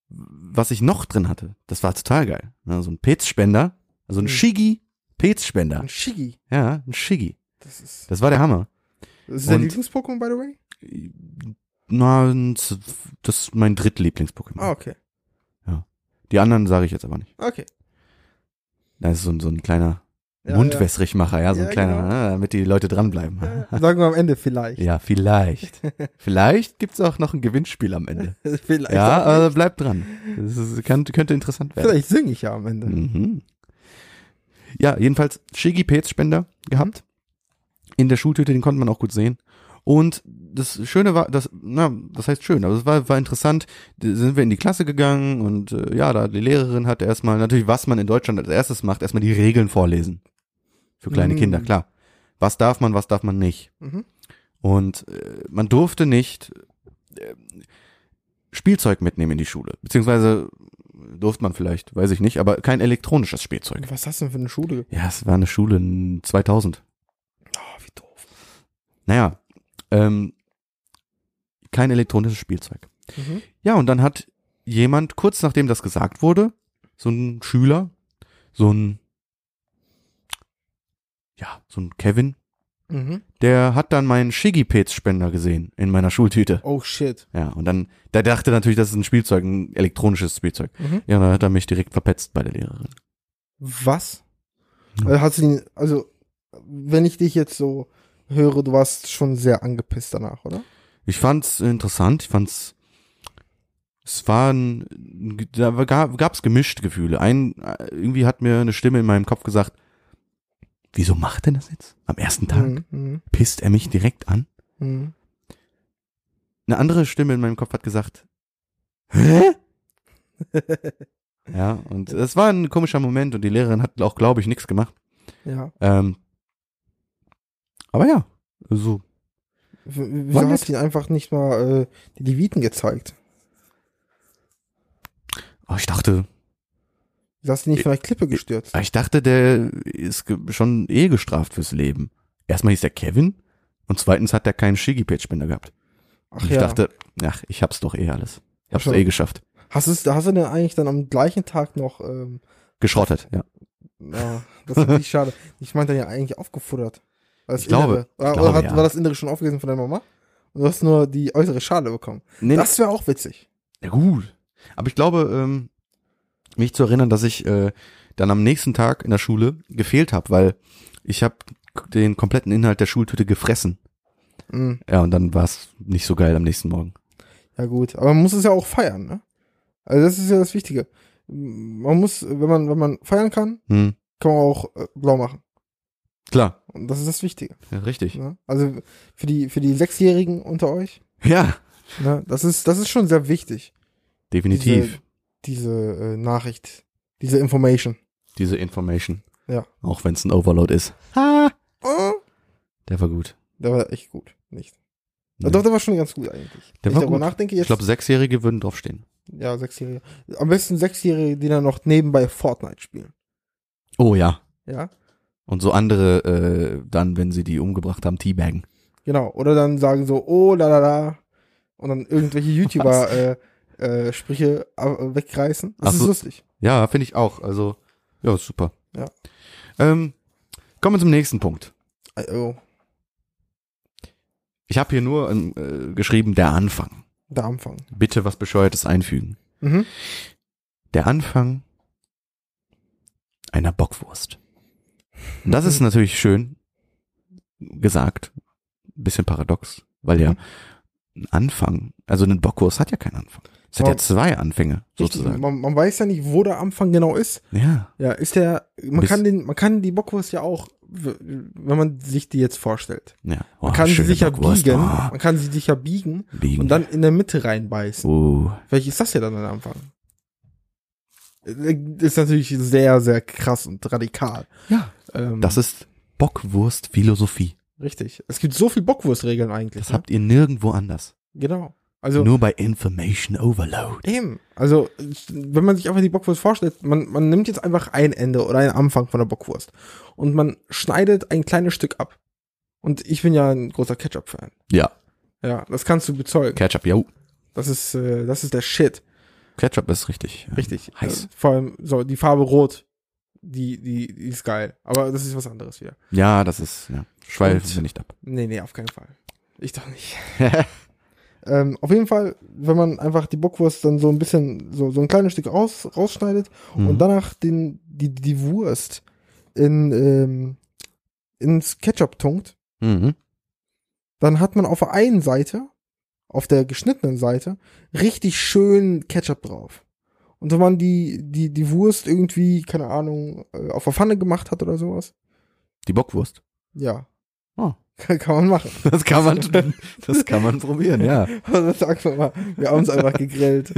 [SPEAKER 1] was ich noch drin hatte, das war total geil. Ne? So ein Petspender, also ein
[SPEAKER 2] Mhm.
[SPEAKER 1] Shiggy Petspender.
[SPEAKER 2] Ein Shiggy.
[SPEAKER 1] Ja, ein Shiggy.
[SPEAKER 2] Das ist,
[SPEAKER 1] Das war der Hammer.
[SPEAKER 2] das ist dein
[SPEAKER 1] und-
[SPEAKER 2] Lieblings-Pokémon, by the way?
[SPEAKER 1] Na, das ist mein Drittlieblings-Pokémon.
[SPEAKER 2] Ah, okay.
[SPEAKER 1] Die anderen sage ich jetzt aber nicht.
[SPEAKER 2] Okay.
[SPEAKER 1] Das ist so ein, so ein kleiner
[SPEAKER 2] Ja,
[SPEAKER 1] Mundwässrigmacher, ja, so ein
[SPEAKER 2] Ja,
[SPEAKER 1] kleiner,
[SPEAKER 2] genau.
[SPEAKER 1] ne, damit die Leute dranbleiben.
[SPEAKER 2] Ja. Ja, Sagen wir am Ende vielleicht.
[SPEAKER 1] Ja, vielleicht. vielleicht gibt's auch noch ein Gewinnspiel am Ende.
[SPEAKER 2] vielleicht
[SPEAKER 1] Ja,
[SPEAKER 2] auch nicht.
[SPEAKER 1] also bleibt dran. Das ist, kann, könnte interessant werden.
[SPEAKER 2] vielleicht singe ich ja am Ende.
[SPEAKER 1] Mhm. Ja, jedenfalls Shiggy Pates Spender gehabt. In der Schultüte, den konnte man auch gut sehen. Und das Schöne war, das, na, das heißt schön, aber es war, war interessant. Da sind wir in die Klasse gegangen und äh, ja, da die Lehrerin hat erstmal, natürlich, was man in Deutschland als erstes macht, erstmal die Regeln vorlesen. Für kleine
[SPEAKER 2] Mhm.
[SPEAKER 1] Kinder, klar. Was darf man, was darf man nicht.
[SPEAKER 2] Mhm.
[SPEAKER 1] Und äh, man durfte nicht äh, Spielzeug mitnehmen in die Schule. Beziehungsweise durfte man vielleicht, weiß ich nicht, aber kein elektronisches Spielzeug.
[SPEAKER 2] Hm. Was hast du denn für eine Schule?
[SPEAKER 1] Ja, es war eine Schule in 2000.
[SPEAKER 2] Oh, wie doof.
[SPEAKER 1] Naja, ähm, kein elektronisches Spielzeug.
[SPEAKER 2] Mhm.
[SPEAKER 1] Ja, und dann hat jemand, kurz nachdem das gesagt wurde, so ein Schüler, so ein, ja, so ein Kevin,
[SPEAKER 2] Mhm.
[SPEAKER 1] der hat dann meinen Shiggy-Pets-Spender gesehen in meiner Schultüte.
[SPEAKER 2] Oh, shit.
[SPEAKER 1] Ja, und dann, der dachte natürlich, das ist ein Spielzeug, ein elektronisches Spielzeug.
[SPEAKER 2] Mhm.
[SPEAKER 1] Ja, dann hat er mich direkt verpetzt bei der Lehrerin.
[SPEAKER 2] Was?
[SPEAKER 1] Ja.
[SPEAKER 2] Also, hast du den, also, wenn ich dich jetzt so höre, du warst schon sehr angepisst danach, oder?
[SPEAKER 1] Ich fand's interessant, ich fand's, es waren, da gab, gab's gemischte Gefühle. Ein, irgendwie hat mir eine Stimme in meinem Kopf gesagt, wieso macht denn das jetzt? Am ersten Tag
[SPEAKER 2] Mhm. Mhm.
[SPEAKER 1] pisst er mich direkt an.
[SPEAKER 2] Mhm.
[SPEAKER 1] Eine andere Stimme in meinem Kopf hat gesagt, hä? ja, und es war ein komischer Moment und die Lehrerin hat auch, glaube ich, nichts gemacht.
[SPEAKER 2] Ja.
[SPEAKER 1] Ähm, aber ja, so.
[SPEAKER 2] W
[SPEAKER 1] Wann
[SPEAKER 2] wieso hast du ihn einfach nicht mal äh, die Leviten gezeigt?
[SPEAKER 1] Oh, ich dachte,
[SPEAKER 2] Wieso hast du ihn
[SPEAKER 1] Äh,
[SPEAKER 2] nicht von der Klippe gestürzt?
[SPEAKER 1] Ah, ich dachte, der ist ge- schon eh gestraft fürs Leben. Erstmal hieß der Kevin und zweitens hat er keinen Shiggy-Page-Spender gehabt.
[SPEAKER 2] Ach
[SPEAKER 1] Und ich dachte, ach, ich hab's doch eh alles. Ich hab's
[SPEAKER 2] Ach so.
[SPEAKER 1] doch eh geschafft.
[SPEAKER 2] Hast, du's- hast du denn eigentlich dann am gleichen Tag noch, ähm,
[SPEAKER 1] Geschrottet, ja.
[SPEAKER 2] Ja, das ist nicht schade. Ich meinte ja eigentlich aufgefuttert. Das
[SPEAKER 1] Ich glaube,
[SPEAKER 2] Innere. Oder,
[SPEAKER 1] ich glaube,
[SPEAKER 2] oder hat,
[SPEAKER 1] ja.
[SPEAKER 2] war das Innere schon aufgegessen von deiner Mama? Und du hast nur die äußere Schale bekommen.
[SPEAKER 1] Nee,
[SPEAKER 2] Das wäre auch witzig.
[SPEAKER 1] ja, gut. Aber ich glaube, ähm, mich zu erinnern, dass ich äh, dann am nächsten Tag in der Schule gefehlt habe, weil ich habe den kompletten Inhalt der Schultüte gefressen.
[SPEAKER 2] Mhm.
[SPEAKER 1] Ja, und dann war's nicht so geil am nächsten Morgen.
[SPEAKER 2] Ja, gut. Aber man muss es ja auch feiern, ne? Also das ist ja das Wichtige. Man muss, wenn man, wenn man feiern kann,
[SPEAKER 1] Hm.
[SPEAKER 2] kann man auch äh, blau machen.
[SPEAKER 1] Klar,
[SPEAKER 2] Und das ist das Wichtige.
[SPEAKER 1] ja, richtig.
[SPEAKER 2] Ne? Also für die, für die Sechsjährigen unter euch,
[SPEAKER 1] Ja,
[SPEAKER 2] ne? das, ist, das ist schon sehr wichtig,
[SPEAKER 1] definitiv.
[SPEAKER 2] diese äh, Nachricht, diese Information.
[SPEAKER 1] Diese Information.
[SPEAKER 2] Ja.
[SPEAKER 1] Auch wenn es ein Overload ist. Ha!
[SPEAKER 2] Ah,
[SPEAKER 1] Der war gut.
[SPEAKER 2] der war echt gut, nicht?
[SPEAKER 1] Nee.
[SPEAKER 2] Doch, der war schon ganz gut eigentlich.
[SPEAKER 1] Der
[SPEAKER 2] Wenn
[SPEAKER 1] war
[SPEAKER 2] ich darüber
[SPEAKER 1] gut.
[SPEAKER 2] nachdenke,
[SPEAKER 1] Ich
[SPEAKER 2] jetzt,
[SPEAKER 1] glaube, Sechsjährige würden draufstehen.
[SPEAKER 2] ja, Sechsjährige. Am besten Sechsjährige, die dann noch nebenbei Fortnite spielen.
[SPEAKER 1] Oh ja.
[SPEAKER 2] Ja,
[SPEAKER 1] Und so andere, äh, dann, wenn sie die umgebracht haben, teabaggen.
[SPEAKER 2] genau. Oder dann sagen so, oh, la la la. Und dann irgendwelche YouTuber äh, äh, Sprüche äh, wegreißen. Das
[SPEAKER 1] Ach
[SPEAKER 2] ist
[SPEAKER 1] so.
[SPEAKER 2] lustig.
[SPEAKER 1] Ja, finde ich auch. Also, ja, ist super.
[SPEAKER 2] Ja.
[SPEAKER 1] Ähm, kommen wir zum nächsten Punkt.
[SPEAKER 2] Äh, Oh,
[SPEAKER 1] Ich habe hier nur ähm, äh, geschrieben, der Anfang.
[SPEAKER 2] der Anfang.
[SPEAKER 1] Bitte was Bescheuertes einfügen.
[SPEAKER 2] Mhm.
[SPEAKER 1] Der Anfang einer Bockwurst. Und das ist natürlich schön gesagt. Ein bisschen paradox, weil ja
[SPEAKER 2] Mhm.
[SPEAKER 1] ein Anfang, also eine Bockwurst hat ja keinen Anfang. Es hat
[SPEAKER 2] Aber-
[SPEAKER 1] ja zwei Anfänge,
[SPEAKER 2] Oh. Richtig.
[SPEAKER 1] sozusagen.
[SPEAKER 2] Man, man weiß ja nicht, wo der Anfang genau ist.
[SPEAKER 1] Ja,
[SPEAKER 2] Ja, ist der. Man
[SPEAKER 1] Bis-
[SPEAKER 2] kann den, man kann die Bockwurst ja auch, w- wenn man sich die jetzt vorstellt.
[SPEAKER 1] ja. Oh,
[SPEAKER 2] Man kann sie
[SPEAKER 1] schöne
[SPEAKER 2] sich ja
[SPEAKER 1] Bockwurst.
[SPEAKER 2] biegen.
[SPEAKER 1] Oh,
[SPEAKER 2] Man kann sie sich ja biegen
[SPEAKER 1] biegen.
[SPEAKER 2] und dann in der Mitte reinbeißen.
[SPEAKER 1] Oh,
[SPEAKER 2] Welches ist das ja dann am Anfang? Äh, Ist natürlich sehr, sehr krass und radikal.
[SPEAKER 1] Ja.
[SPEAKER 2] Ähm,
[SPEAKER 1] das ist Bockwurst-Philosophie.
[SPEAKER 2] Richtig. Es gibt so viel Bockwurstregeln eigentlich.
[SPEAKER 1] Das habt ihr nirgendwo anders.
[SPEAKER 2] ne? Genau. Also
[SPEAKER 1] Nur bei Information Overload.
[SPEAKER 2] eben. Also wenn man sich einfach die Bockwurst vorstellt, man, man nimmt jetzt einfach ein Ende oder einen Anfang von der Bockwurst und man schneidet ein kleines Stück ab. Und ich bin ja ein großer Ketchup-Fan.
[SPEAKER 1] Ja,
[SPEAKER 2] Ja, das kannst du bezeugen.
[SPEAKER 1] Ketchup, yo.
[SPEAKER 2] Das ist, äh, das ist der Shit.
[SPEAKER 1] Ketchup ist richtig.
[SPEAKER 2] Richtig.
[SPEAKER 1] Heiß.
[SPEAKER 2] Äh, vor allem so die Farbe Rot. Die, die, die ist geil. Aber das ist was anderes wieder.
[SPEAKER 1] Ja, das ist, ja. Schweifen
[SPEAKER 2] Und-
[SPEAKER 1] Sie nicht ab.
[SPEAKER 2] Nee, nee, auf keinen Fall. Ich doch nicht. ähm, auf jeden Fall, wenn man einfach die Bockwurst dann so ein bisschen, so, so ein kleines Stück raus, rausschneidet und danach den, die, die Wurst in, ähm, ins Ketchup tunkt,
[SPEAKER 1] Mhm.
[SPEAKER 2] dann hat man auf der einen Seite, auf der geschnittenen Seite, richtig schön Ketchup drauf. Und wenn man die, die, die Wurst irgendwie, keine Ahnung, äh, auf der Pfanne gemacht hat oder sowas,
[SPEAKER 1] Die Bockwurst.
[SPEAKER 2] ja.
[SPEAKER 1] Oh.
[SPEAKER 2] Kann kann man machen.
[SPEAKER 1] Das kann man, das kann man probieren, ja.
[SPEAKER 2] Also sagen wir mal, wir haben es einfach gegrillt.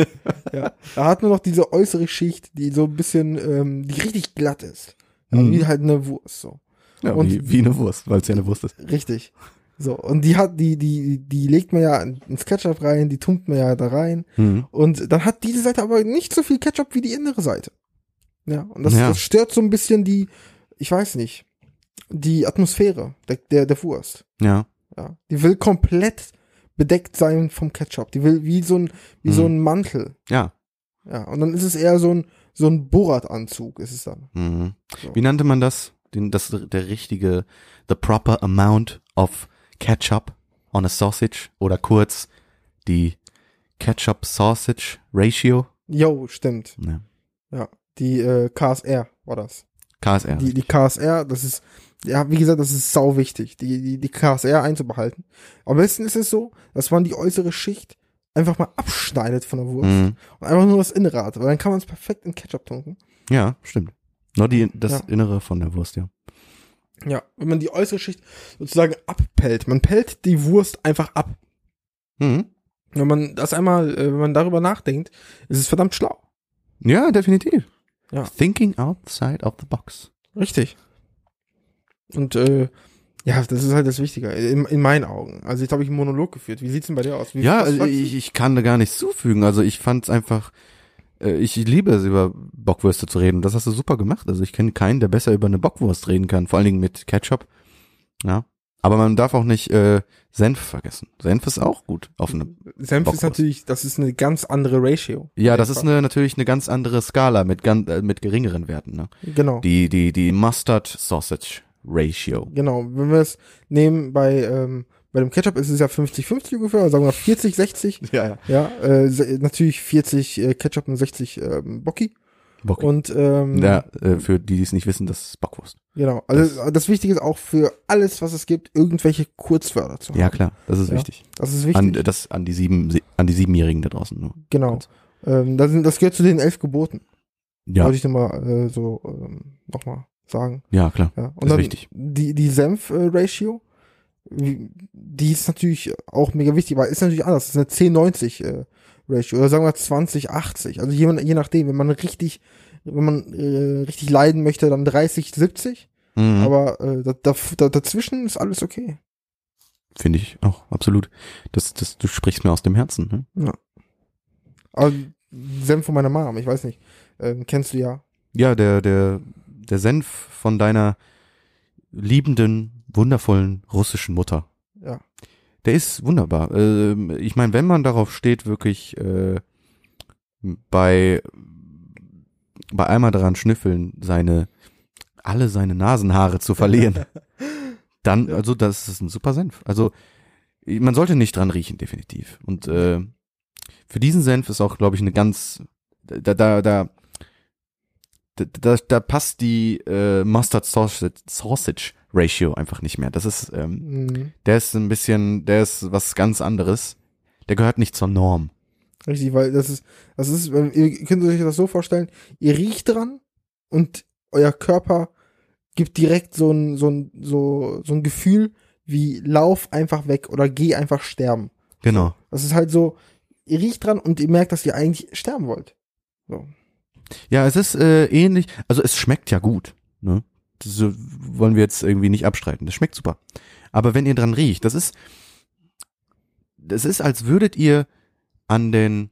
[SPEAKER 2] Ja. Da hat man noch diese äußere Schicht, die so ein bisschen, ähm, die richtig glatt ist. Aber
[SPEAKER 1] Mhm.
[SPEAKER 2] Wie halt eine Wurst, so.
[SPEAKER 1] ja
[SPEAKER 2] Und-
[SPEAKER 1] wie, wie eine Wurst, weil es ja eine Wurst ist.
[SPEAKER 2] Richtig. So, und die hat, die, die, die legt man ja ins Ketchup rein, die tunkt man ja da rein.
[SPEAKER 1] Hm.
[SPEAKER 2] Und dann hat diese Seite aber nicht so viel Ketchup wie die innere Seite. Ja, und das,
[SPEAKER 1] Ja.
[SPEAKER 2] das stört so ein bisschen die, ich weiß nicht, die Atmosphäre der, der, der Wurst.
[SPEAKER 1] Ja.
[SPEAKER 2] Ja. Die will komplett bedeckt sein vom Ketchup. Die will wie so ein, wie so
[SPEAKER 1] Mhm.
[SPEAKER 2] ein Mantel.
[SPEAKER 1] Ja.
[SPEAKER 2] Ja, und dann ist es eher so ein, so ein Borat-Anzug ist es dann.
[SPEAKER 1] Mhm.
[SPEAKER 2] So.
[SPEAKER 1] Wie nannte man das? Den, das, der richtige, the proper amount of ketchup on a sausage oder kurz die Ketchup Sausage Ratio.
[SPEAKER 2] Jo, stimmt.
[SPEAKER 1] Ja.
[SPEAKER 2] Die äh, KSR war das.
[SPEAKER 1] KSR.
[SPEAKER 2] Die, die KSR, das ist, ja, wie gesagt, das ist sau wichtig, die, die, die KSR einzubehalten. Am besten ist es so, dass man die äußere Schicht einfach mal abschneidet von der Wurst
[SPEAKER 1] mhm.
[SPEAKER 2] und einfach nur das Innere hat, weil dann kann man es perfekt in Ketchup tunken.
[SPEAKER 1] Ja, stimmt. Nur die, das
[SPEAKER 2] Ja.
[SPEAKER 1] Innere von der Wurst, ja.
[SPEAKER 2] Ja, wenn man die äußere Schicht sozusagen abpellt, man pellt die Wurst einfach ab.
[SPEAKER 1] Mhm.
[SPEAKER 2] Wenn man das einmal, äh, wenn man darüber nachdenkt, ist es verdammt schlau.
[SPEAKER 1] Ja, definitiv.
[SPEAKER 2] Ja.
[SPEAKER 1] Thinking outside of the box.
[SPEAKER 2] Richtig. Und äh, ja, das ist halt das Wichtige, in, in meinen Augen. Also jetzt habe ich einen Monolog geführt. Wie sieht's denn bei dir aus? Wie,
[SPEAKER 1] Ja,
[SPEAKER 2] was
[SPEAKER 1] also
[SPEAKER 2] fandst du?
[SPEAKER 1] ich, ich kann da gar nichts zufügen. Also ich fand's einfach, äh, ich liebe es, über Bockwürste zu reden. Das hast du super gemacht. Also ich kenne keinen, der besser über eine Bockwurst reden kann, vor allen Dingen mit Ketchup. Ja. Aber man darf auch nicht äh, Senf vergessen. Senf ist auch gut auf eine.
[SPEAKER 2] Senf
[SPEAKER 1] Bockwurst.
[SPEAKER 2] ist natürlich, das ist eine ganz andere Ratio.
[SPEAKER 1] Ja, das ist eine, natürlich eine ganz andere Skala mit, gan- äh, mit geringeren Werten. Ne?
[SPEAKER 2] Genau.
[SPEAKER 1] Die, die, die Mustard Sausage Ratio.
[SPEAKER 2] Genau. Wenn wir es nehmen bei, ähm, bei dem Ketchup ist es ja 50-50 ungefähr, also sagen wir 40-60.
[SPEAKER 1] Ja, ja.
[SPEAKER 2] Ja, äh, se- natürlich 40 äh, Ketchup und 60 ähm, Bocki.
[SPEAKER 1] Bock.
[SPEAKER 2] Und ähm,
[SPEAKER 1] Ja, äh, für die, die es nicht wissen, das ist Bockwurst.
[SPEAKER 2] genau. Also das, Wichtige ist auch für alles, was es gibt, irgendwelche Kurzwörter zu haben.
[SPEAKER 1] Ja, klar, das ist
[SPEAKER 2] Ja,
[SPEAKER 1] wichtig.
[SPEAKER 2] Das ist wichtig.
[SPEAKER 1] An, äh, das, an, die sieben, an die Siebenjährigen da draußen nur.
[SPEAKER 2] Genau.
[SPEAKER 1] Kurz.
[SPEAKER 2] Ähm, das, sind, das gehört zu den elf Geboten.
[SPEAKER 1] Ja,
[SPEAKER 2] Wollte ich nochmal äh, so ähm, nochmal sagen.
[SPEAKER 1] Ja, klar.
[SPEAKER 2] Ja. Und
[SPEAKER 1] Das ist
[SPEAKER 2] dann
[SPEAKER 1] wichtig.
[SPEAKER 2] die, die Senf-Ratio, die ist natürlich auch mega wichtig, aber ist natürlich anders. Das ist eine 10-90 äh, Ratio oder sagen wir 20-80. Also je, je nachdem, wenn man richtig, wenn man äh, richtig leiden möchte, dann 30-70.
[SPEAKER 1] Mhm.
[SPEAKER 2] Aber äh, da, da, da, dazwischen ist alles okay.
[SPEAKER 1] Finde ich auch, absolut. Das, das, du sprichst mir aus dem Herzen. Ne?
[SPEAKER 2] Aber Senf von meiner Mom, ich weiß nicht. Ähm, kennst du ja.
[SPEAKER 1] Ja, der, der, der Senf von deiner liebenden, wundervollen russischen Mutter.
[SPEAKER 2] Ja.
[SPEAKER 1] Der ist wunderbar. Ähm, ich meine, wenn man darauf steht, wirklich äh, bei, bei einmal daran schnüffeln, seine, alle seine Nasenhaare zu verlieren, dann, also das ist ein super Senf. Also man sollte nicht dran riechen, definitiv. Und äh, für diesen Senf ist auch, glaube ich, eine ganz, da, da, da, da, da, da passt die äh, Mustard Sausage, Sausage Ratio einfach nicht mehr. Das ist, ähm,
[SPEAKER 2] Mhm.
[SPEAKER 1] der ist ein bisschen, der ist was ganz anderes. Der gehört nicht zur Norm.
[SPEAKER 2] Richtig, weil das ist, das ist, wenn- ihr könnt euch das so vorstellen, ihr riecht dran und euer Körper gibt direkt so ein, so ein, so, so ein Gefühl wie lauf einfach weg oder geh einfach sterben.
[SPEAKER 1] Genau.
[SPEAKER 2] Das ist halt so, ihr riecht dran und ihr merkt, dass ihr eigentlich sterben wollt.
[SPEAKER 1] Ja, es ist äh, ähnlich, also es schmeckt ja gut. Ne? Das äh, wollen wir jetzt irgendwie nicht abstreiten. Das schmeckt super. Aber wenn ihr dran riecht, das ist, das ist, als würdet ihr an den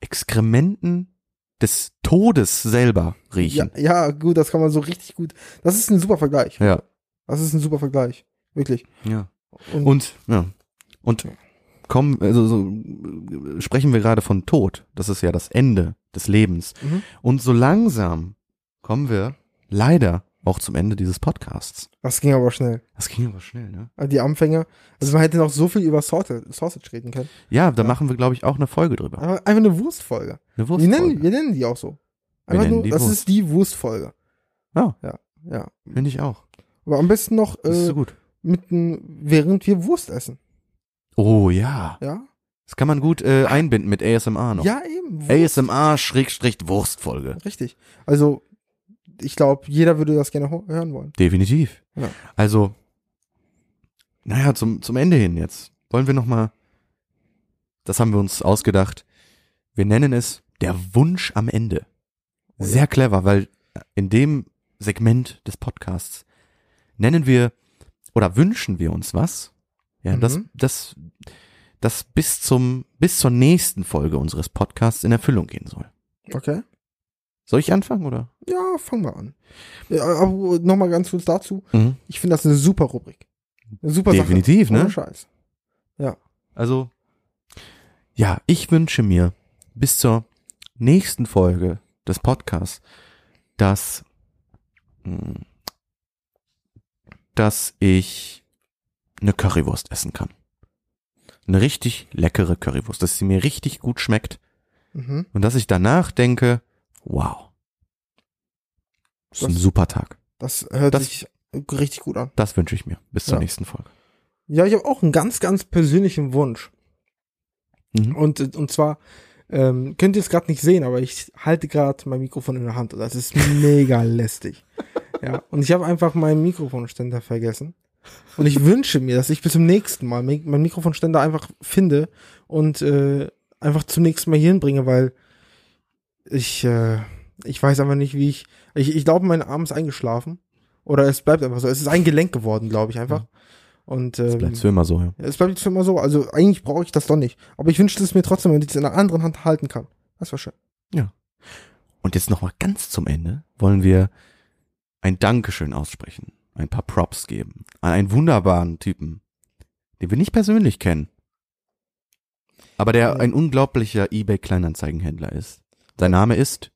[SPEAKER 1] Exkrementen des Todes selber
[SPEAKER 2] Ja,
[SPEAKER 1] riechen.
[SPEAKER 2] ja, gut, das kann man so richtig gut. Das ist ein super Vergleich.
[SPEAKER 1] Ja.
[SPEAKER 2] Das ist ein super Vergleich. Wirklich.
[SPEAKER 1] ja. Und, ja. Und kommen, also so, äh, sprechen wir gerade von Tod. Das ist ja das Ende des Lebens.
[SPEAKER 2] Mhm.
[SPEAKER 1] Und so langsam kommen wir leider auch zum Ende dieses Podcasts.
[SPEAKER 2] das ging aber schnell.
[SPEAKER 1] Das ging aber schnell, ne?
[SPEAKER 2] Also die Anfänger. Also man hätte noch so viel über Sausage, Sausage reden können.
[SPEAKER 1] Ja, da machen wir, glaube ich, auch eine Folge drüber.
[SPEAKER 2] Aber einfach eine Wurstfolge.
[SPEAKER 1] Eine
[SPEAKER 2] Wir nennen,
[SPEAKER 1] Wurstfolge.
[SPEAKER 2] wir nennen die auch so. Einfach
[SPEAKER 1] nennen
[SPEAKER 2] nur,
[SPEAKER 1] die
[SPEAKER 2] das
[SPEAKER 1] Wurst.
[SPEAKER 2] ist die Wurstfolge.
[SPEAKER 1] Ja.
[SPEAKER 2] Ja, ja.
[SPEAKER 1] Finde ich auch.
[SPEAKER 2] Aber am besten noch
[SPEAKER 1] Das ist
[SPEAKER 2] äh,
[SPEAKER 1] so gut.
[SPEAKER 2] mit n- während wir Wurst essen.
[SPEAKER 1] Oh ja.
[SPEAKER 2] Ja?
[SPEAKER 1] Das kann man gut äh, einbinden mit ASMR noch.
[SPEAKER 2] Ja, eben. Wurst.
[SPEAKER 1] ASMR-Wurstfolge.
[SPEAKER 2] Richtig. Also, ich glaube, jeder würde das gerne ho- hören wollen.
[SPEAKER 1] Definitiv.
[SPEAKER 2] Ja.
[SPEAKER 1] Also, naja, zum, zum Ende hin jetzt. Wollen wir nochmal, das haben wir uns ausgedacht, wir nennen es der Wunsch am Ende.
[SPEAKER 2] Oh ja.
[SPEAKER 1] Sehr clever, weil in dem Segment des Podcasts nennen wir oder wünschen wir uns was, ja, das,
[SPEAKER 2] Mhm.
[SPEAKER 1] das, das bis zum, bis zur nächsten Folge unseres Podcasts in Erfüllung gehen soll.
[SPEAKER 2] Okay?
[SPEAKER 1] Soll ich anfangen oder?
[SPEAKER 2] Ja, fangen wir an. Ja, aber nochmal ganz kurz dazu.
[SPEAKER 1] Mhm.
[SPEAKER 2] Ich finde das eine super Rubrik. Eine super
[SPEAKER 1] Definitiv,
[SPEAKER 2] Sache. Ohne
[SPEAKER 1] ne?
[SPEAKER 2] Scheiß.
[SPEAKER 1] Also, ja, ich wünsche mir bis zur nächsten Folge des Podcasts, dass, mh, dass ich eine Currywurst essen kann. Eine richtig leckere Currywurst, dass sie mir richtig gut schmeckt
[SPEAKER 2] Mhm.
[SPEAKER 1] und dass ich danach denke, wow, ist ein
[SPEAKER 2] Das-
[SPEAKER 1] super Tag.
[SPEAKER 2] Das hört
[SPEAKER 1] Das-
[SPEAKER 2] sich richtig gut an.
[SPEAKER 1] Das wünsche ich mir bis zur
[SPEAKER 2] Ja.
[SPEAKER 1] nächsten Folge.
[SPEAKER 2] Ja, ich habe auch einen ganz, ganz persönlichen Wunsch.
[SPEAKER 1] Mhm.
[SPEAKER 2] Und, äh, und zwar, ähm, könnt ihr es gerade nicht sehen, aber ich halte gerade mein Mikrofon in der Hand und das ist mega lästig. Ja, und ich habe einfach meinen Mikrofonständer vergessen. Und ich wünsche mir, dass ich bis zum nächsten Mal mi- meinen Mikrofonständer einfach finde und äh, einfach zum nächsten Mal hier hinbringe, weil ich, äh, ich weiß einfach nicht, wie ich. Ich, ich glaube, mein Arm ist eingeschlafen. Oder es bleibt einfach so. Es ist ein Gelenk geworden, glaube ich einfach. Und ähm,
[SPEAKER 1] Bleibt für immer so, ja.
[SPEAKER 2] ja, Es bleibt jetzt für immer so. Also eigentlich brauche ich das doch nicht. Aber ich wünschte es mir trotzdem, wenn ich es in einer anderen Hand halten kann. Das war schön.
[SPEAKER 1] Und jetzt nochmal ganz zum Ende wollen wir ein Dankeschön aussprechen, ein paar Props geben an einen wunderbaren Typen, den wir nicht persönlich kennen, aber der
[SPEAKER 2] Äh.
[SPEAKER 1] ein unglaublicher eBay Kleinanzeigenhändler ist. Sein Name ist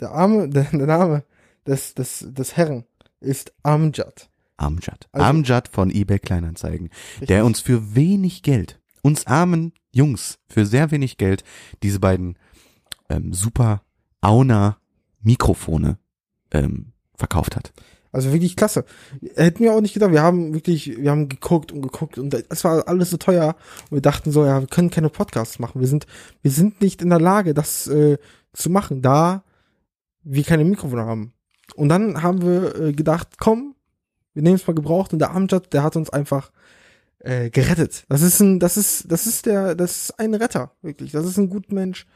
[SPEAKER 2] Der Arme, der, der Name des, des, des Herren ist Amjad.
[SPEAKER 1] Amjad.
[SPEAKER 2] Also-
[SPEAKER 1] Amjad von eBay Kleinanzeigen,
[SPEAKER 2] Richtig.
[SPEAKER 1] der uns für wenig Geld, uns armen Jungs für sehr wenig Geld diese beiden ähm, super Auna Mikrofone ähm, verkauft hat.
[SPEAKER 2] Also wirklich klasse. Hätten wir auch nicht gedacht. Wir haben wirklich, wir haben geguckt und geguckt und es war alles so teuer. Und wir dachten so, ja, wir können keine Podcasts machen. Wir sind, wir sind nicht in der Lage, das äh, zu machen, da wir keine Mikrofone haben. Und dann haben wir äh, gedacht, komm, wir nehmen es mal gebraucht und der Amjad, der hat uns einfach äh, gerettet. Das ist ein, das ist, das ist der, das ist ein Retter, wirklich. Das ist ein gut Mensch.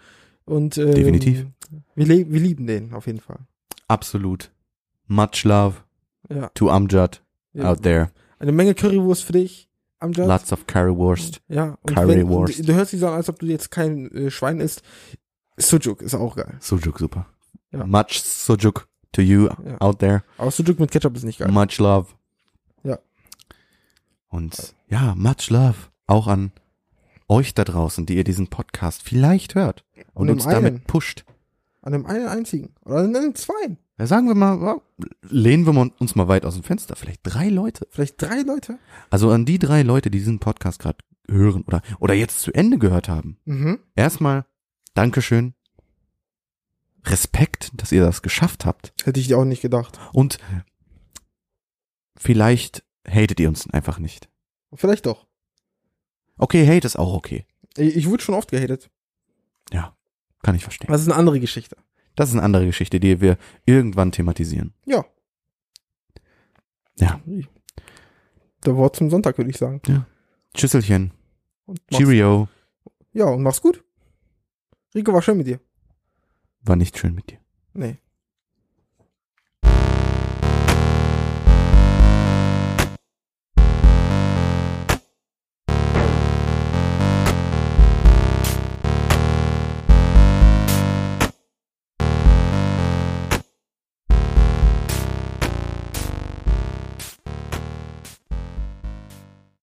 [SPEAKER 2] Und ähm,
[SPEAKER 1] Definitiv.
[SPEAKER 2] Wir, le- wir lieben den auf jeden Fall.
[SPEAKER 1] Absolut. Much love
[SPEAKER 2] Ja.
[SPEAKER 1] to Amjad out there.
[SPEAKER 2] Eine Menge Currywurst für dich, Amjad.
[SPEAKER 1] Lots of currywurst.
[SPEAKER 2] Ja, und wenn,
[SPEAKER 1] Currywurst.
[SPEAKER 2] und du hörst dich so an, als ob du jetzt kein äh, Schwein isst. Sujuk ist auch geil.
[SPEAKER 1] Sujuk, super.
[SPEAKER 2] Ja.
[SPEAKER 1] Much Sujuk to you
[SPEAKER 2] Ja.
[SPEAKER 1] out there.
[SPEAKER 2] Aber Sujuk mit Ketchup ist nicht geil.
[SPEAKER 1] Much love.
[SPEAKER 2] Ja.
[SPEAKER 1] Und ja, much love auch an euch da draußen, die ihr diesen Podcast vielleicht hört und,
[SPEAKER 2] Und im
[SPEAKER 1] uns damit
[SPEAKER 2] einen.
[SPEAKER 1] pusht.
[SPEAKER 2] An dem einen einzigen. Oder an den zwei.
[SPEAKER 1] Ja, sagen wir mal, wow, lehnen wir mal uns mal weit aus dem Fenster. Vielleicht drei Leute.
[SPEAKER 2] Vielleicht drei Leute.
[SPEAKER 1] Also an die drei Leute, die diesen Podcast gerade hören oder, oder jetzt zu Ende gehört haben.
[SPEAKER 2] Mhm.
[SPEAKER 1] Erstmal Dankeschön. Respekt, dass ihr das geschafft habt.
[SPEAKER 2] Hätte ich dir auch nicht gedacht.
[SPEAKER 1] Und vielleicht hatet ihr uns einfach nicht.
[SPEAKER 2] Vielleicht doch.
[SPEAKER 1] Okay, Hate ist auch okay.
[SPEAKER 2] Ich, ich wurde schon oft gehatet.
[SPEAKER 1] Kann ich verstehen.
[SPEAKER 2] Das ist eine andere Geschichte.
[SPEAKER 1] Das ist eine andere Geschichte, die wir irgendwann thematisieren.
[SPEAKER 2] Ja.
[SPEAKER 1] Ja.
[SPEAKER 2] Der Wort zum Sonntag, würde ich sagen.
[SPEAKER 1] Tschüsselchen.
[SPEAKER 2] Und mach's-
[SPEAKER 1] Cheerio.
[SPEAKER 2] Ja, und mach's gut. Rico, war schön mit dir.
[SPEAKER 1] War nicht schön mit dir.
[SPEAKER 2] Nee.